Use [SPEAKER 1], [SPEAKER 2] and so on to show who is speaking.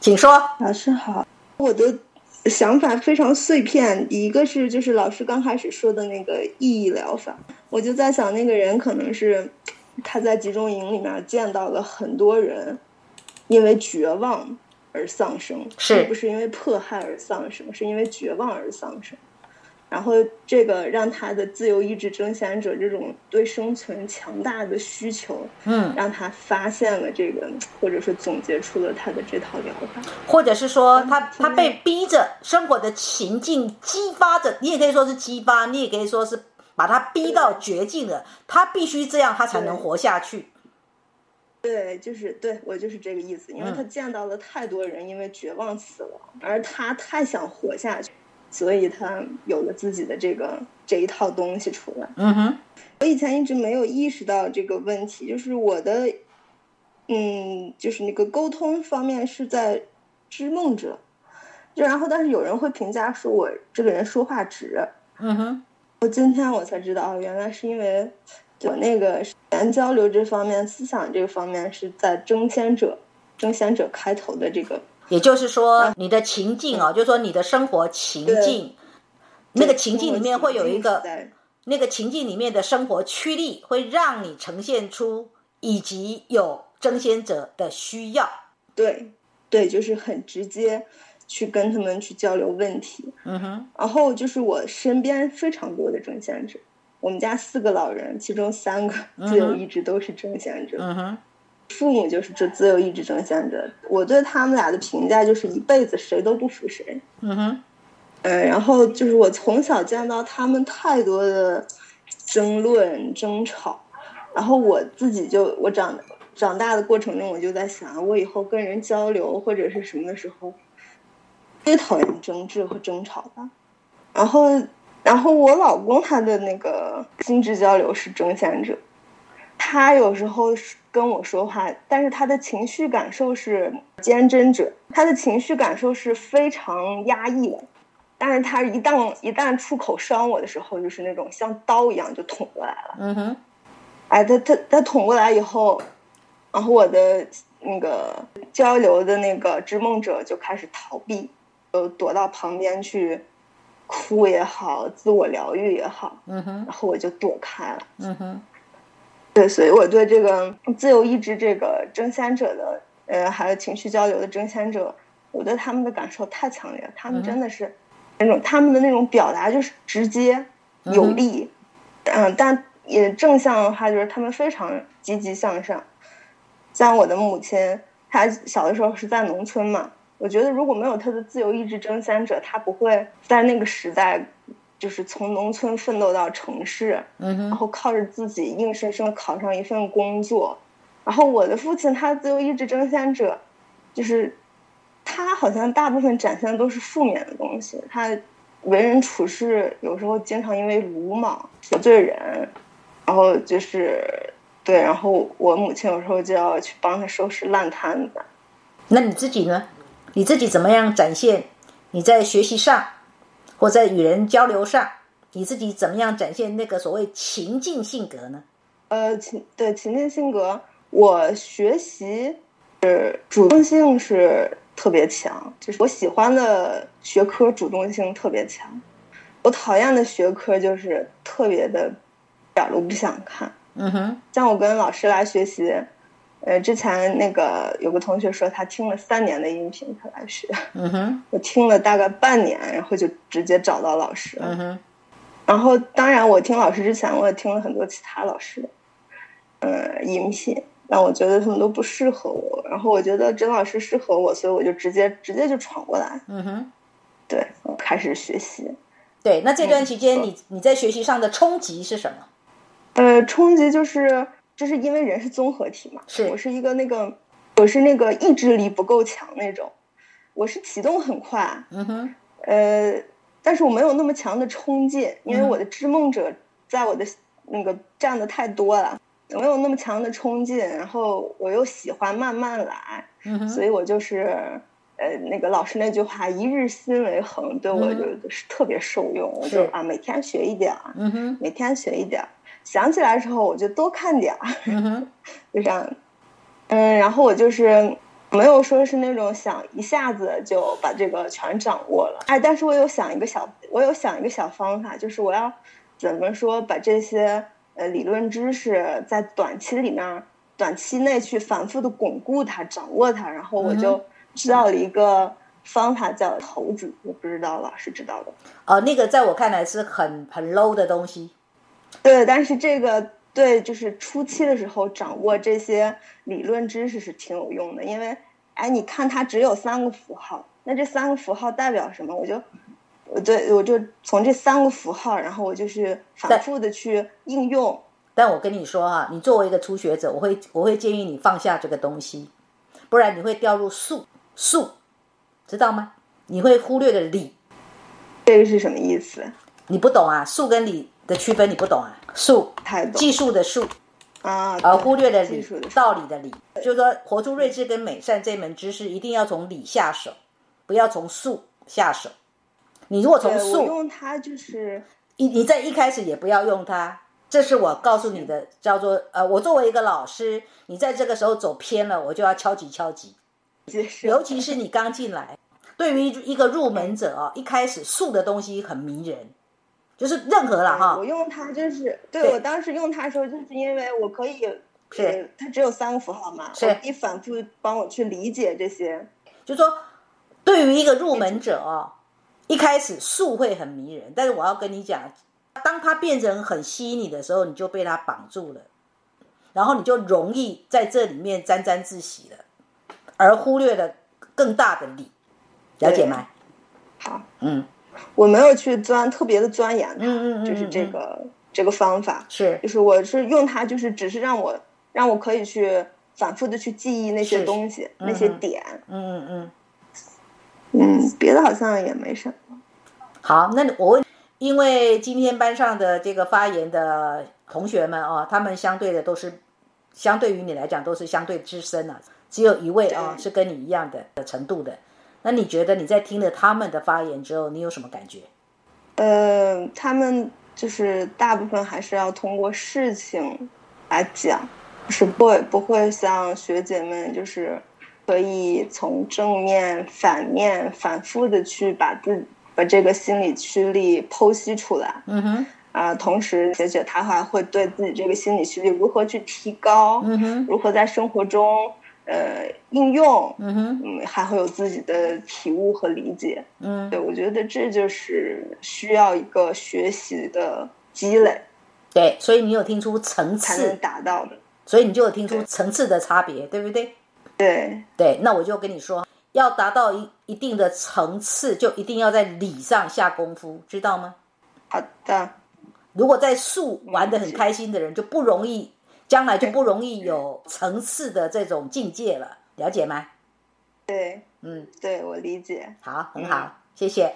[SPEAKER 1] 请说。
[SPEAKER 2] 老师好，我的想法非常碎片，一个是就是老师刚开始说的那个意义疗法，我就在想那个人可能是他在集中营里面见到了很多人，因为绝望而丧生，
[SPEAKER 1] 是
[SPEAKER 2] 不是因为迫害而丧生，是因为绝望而丧生。然后这个让他的自由意志争先者这种对生存强大的需求，
[SPEAKER 1] 嗯，
[SPEAKER 2] 让他发现了这个，或者说总结出了他的这套疗法。
[SPEAKER 1] 或者是说他
[SPEAKER 2] 嗯
[SPEAKER 1] 他被逼着生活的情境激发着，你也可以说是激发，你也可以说是把他逼到绝境了，他必须这样，他才能
[SPEAKER 2] 对
[SPEAKER 1] 活下去。
[SPEAKER 2] 对，就是对我就是这个意思，因为
[SPEAKER 1] 嗯
[SPEAKER 2] 他见到了太多人因为绝望死亡，而他太想活下去，所以他有了自己的这个这一套东西出来。
[SPEAKER 1] 嗯哼，
[SPEAKER 2] 我以前一直没有意识到这个问题，就是我的，嗯，就是那个沟通方面是在知梦者，就然后但是有人会评价说我这个人说话直，
[SPEAKER 1] 嗯哼，
[SPEAKER 2] 我今天我才知道，哦，原来是因为我那个语言交流这方面、思想这方面是在争先者、争先者开头的这个
[SPEAKER 1] 也就是说你的情境哦，就是说你的生活情境，那个情境里面会有一
[SPEAKER 2] 情境是
[SPEAKER 1] 个
[SPEAKER 2] 在
[SPEAKER 1] 那个情境里面的生活驱力，会让你呈现出以及有争先者的需要。
[SPEAKER 2] 对对，就是很直接去跟他们去交流问题。
[SPEAKER 1] 嗯哼，
[SPEAKER 2] 然后就是我身边非常多的争先者，我们家四个老人，其中三个
[SPEAKER 1] 嗯哼
[SPEAKER 2] 自由意志都是争先者，
[SPEAKER 1] 嗯哼，
[SPEAKER 2] 父母就是这自由意志争先者。我对他们俩的评价就是一辈子谁都不服谁。
[SPEAKER 1] 嗯哼，
[SPEAKER 2] 嗯，然后就是我从小见到他们太多的争论、争吵，然后我自己就我长长大的过程中，我就在想，我以后跟人交流或者是什么的时候，最讨厌争执和争吵吧。然后，然后我老公他的那个心智交流是争先者，他有时候是跟我说话，但是他的情绪感受是坚贞者，他的情绪感受是非常压抑的。但是他一旦一旦出口伤我的时候，就是那种像刀一样就捅过来了。
[SPEAKER 1] 嗯哼，
[SPEAKER 2] 哎，他他他捅过来以后，然后我的那个交流的那个织梦者就开始逃避，就躲到旁边去哭也好，自我疗愈也好，
[SPEAKER 1] 嗯哼，
[SPEAKER 2] 然后我就躲开了。
[SPEAKER 1] 嗯哼，
[SPEAKER 2] 对，所以我对这个自由意志这个争先者的，呃，还有情绪交流的争先者，我对他们的感受太强烈了。他们真的是那种、他们的那种表达就是直接有力，嗯、但也正向的话就是他们非常积极向上。像我的母亲，她小的时候是在农村嘛，我觉得如果没有她的自由意志争先者，她不会在那个时代，就是从农村奋斗到城市。
[SPEAKER 1] 嗯
[SPEAKER 2] 然
[SPEAKER 1] 哼，
[SPEAKER 2] 后靠着自己硬生生考上一份工作。然后我的父亲他自由意志争先者，就是他好像大部分展现的都是负面的东西，他为人处事有时候经常因为鲁莽得罪人，然后就是对，然后我母亲有时候就要去帮他收拾烂摊子。
[SPEAKER 1] 那你自己呢？你自己怎么样展现你在学习上，或在与人交流上，你自己怎么样展现那个所谓情境性格呢？
[SPEAKER 2] 呃，情对情境性格，我学习是主动性是特别强，就是我喜欢的学科主动性特别强，我讨厌的学科就是特别的一点儿都不想看。
[SPEAKER 1] 嗯哼，
[SPEAKER 2] 像我跟老师来学习，呃，之前那个有个同学说他听了三年的音频他来学，
[SPEAKER 1] 嗯哼，
[SPEAKER 2] 我听了大概半年，然后就直接找到老师了。
[SPEAKER 1] 嗯哼，
[SPEAKER 2] 然后，当然，我听老师之前，我也听了很多其他老师的，呃，音频，但我觉得他们都不适合我。然后我觉得甄老师适合我，所以我就直接直接就闯过来，
[SPEAKER 1] 嗯哼。
[SPEAKER 2] 对，我开始学习。
[SPEAKER 1] 对，那这段期间
[SPEAKER 2] 嗯
[SPEAKER 1] 你你在学习上的冲击是什么？
[SPEAKER 2] 呃，冲击就是，就是因为人是综合体嘛，
[SPEAKER 1] 是
[SPEAKER 2] 我是一个那个，我是那个意志力不够强那种，我是启动很快，
[SPEAKER 1] 嗯哼，
[SPEAKER 2] 呃，但是我没有那么强的冲劲，因为
[SPEAKER 1] 嗯
[SPEAKER 2] 我的织梦者在我的那个占的太多了，我没有那么强的冲劲，然后我又喜欢慢慢来，
[SPEAKER 1] 嗯哼，
[SPEAKER 2] 所以我就是。呃，那个老师那句话“一日心为恒”对我
[SPEAKER 1] 嗯
[SPEAKER 2] 就是特别受用，我
[SPEAKER 1] 是
[SPEAKER 2] 就啊每天学一点儿，
[SPEAKER 1] 嗯哼，
[SPEAKER 2] 每天学一点儿，想起来的时候我就多看点儿，
[SPEAKER 1] 嗯哼，
[SPEAKER 2] 就这样。嗯，然后我就是没有说是那种想一下子就把这个全掌握了。哎，但是我有想一个小，我有想一个小方法，就是我要怎么说把这些呃理论知识在短期里面、短期内去反复的巩固它、掌握它，然后我就知道了一个方法叫投资，我不知道老师知道的。
[SPEAKER 1] 哦，那个在我看来是很很 low 的东西。
[SPEAKER 2] 对，但是这个对，就是初期的时候掌握这些理论知识是挺有用的，因为，哎，你看它只有三个符号，那这三个符号代表什么？我就，我对我就从这三个符号，然后我就是反复的去应用。
[SPEAKER 1] 但我跟你说哈、你作为一个初学者，我会我会建议你放下这个东西，不然你会掉入术术，知道吗？你会忽略了理，
[SPEAKER 2] 这个是什么意思？
[SPEAKER 1] 你不懂啊，术跟理的区分你不懂啊，术
[SPEAKER 2] 不太懂
[SPEAKER 1] 技术的术，
[SPEAKER 2] 啊，
[SPEAKER 1] 而
[SPEAKER 2] 对
[SPEAKER 1] 忽略了
[SPEAKER 2] 技
[SPEAKER 1] 理
[SPEAKER 2] 术的
[SPEAKER 1] 道理的理，就是说活出睿智跟美善这门知识，一定要从理下手，不要从术下手。你如果从
[SPEAKER 2] 对我
[SPEAKER 1] 术，
[SPEAKER 2] 用它就是
[SPEAKER 1] 你你在一开始也不要用它，这是我告诉你的，叫做呃，我作为一个老师，你在这个时候走偏了，我就要敲击敲击。
[SPEAKER 2] 解释
[SPEAKER 1] 尤其是你刚进来，对于一个入门者哦，一开始术的东西很迷人，就是任何啦哈
[SPEAKER 2] 我，用它就是，对
[SPEAKER 1] 对
[SPEAKER 2] 我当时用它的时候，就是因为我可以，
[SPEAKER 1] 是
[SPEAKER 2] 呃它只有三个符号嘛，
[SPEAKER 1] 是
[SPEAKER 2] 我可以反复帮我去理解这些。
[SPEAKER 1] 就说对于一个入门者哦，一开始术会很迷人，但是我要跟你讲，当它变成很吸引你的时候，你就被它绑住了，然后你就容易在这里面沾沾自喜了，而忽略了更大的理，了解吗？
[SPEAKER 2] 好，
[SPEAKER 1] 嗯
[SPEAKER 2] 我没有去钻特别的钻研它，
[SPEAKER 1] 嗯嗯嗯
[SPEAKER 2] 就是这
[SPEAKER 1] 嗯
[SPEAKER 2] 个、这个方法，
[SPEAKER 1] 是
[SPEAKER 2] 就是我是用它，就是只是让我让我可以去反复的去记忆那
[SPEAKER 1] 是
[SPEAKER 2] 些
[SPEAKER 1] 是
[SPEAKER 2] 东西、那些
[SPEAKER 1] 嗯嗯
[SPEAKER 2] 点，
[SPEAKER 1] 嗯嗯嗯。
[SPEAKER 2] 嗯，别的好像也没什么。
[SPEAKER 1] 好，那我问，因为今天班上的这个发言的同学们啊，他们相对的都是，相对于你来讲都是相对资深啊，只有一位啊
[SPEAKER 2] 对
[SPEAKER 1] 是跟你一样的程度的。那你觉得你在听了他们的发言之后，你有什么感觉？
[SPEAKER 2] 呃，他们就是大部分还是要通过事情来讲，就是不会不会像学姐们，就是可以从正面、反面反复的去把自把这个心理驱力剖析出来
[SPEAKER 1] 嗯哼，
[SPEAKER 2] 啊、同时，学姐她还会对自己这个心理驱力如何去提高，
[SPEAKER 1] 嗯哼，
[SPEAKER 2] 如何在生活中呃应用，
[SPEAKER 1] 嗯哼，
[SPEAKER 2] 嗯，还会有自己的体悟和理解。
[SPEAKER 1] 嗯，
[SPEAKER 2] 对，我觉得这就是需要一个学习的积累
[SPEAKER 1] 对，所以你有听出层
[SPEAKER 2] 才能
[SPEAKER 1] 次，
[SPEAKER 2] 达到的。
[SPEAKER 1] 所以你就有听出
[SPEAKER 2] 对
[SPEAKER 1] 层次的差别，对不对？
[SPEAKER 2] 对，
[SPEAKER 1] 对，那我就跟你说，要达到一一定的层次，就一定要在理上下功夫，知道吗？
[SPEAKER 2] 好的，
[SPEAKER 1] 如果在树
[SPEAKER 2] 嗯
[SPEAKER 1] 玩得很
[SPEAKER 2] 是
[SPEAKER 1] 开心的人，就不容易，将来就不容易有层次的这种境界了，了解吗？
[SPEAKER 2] 对，
[SPEAKER 1] 嗯，
[SPEAKER 2] 对我理解。
[SPEAKER 1] 好，很好，谢谢。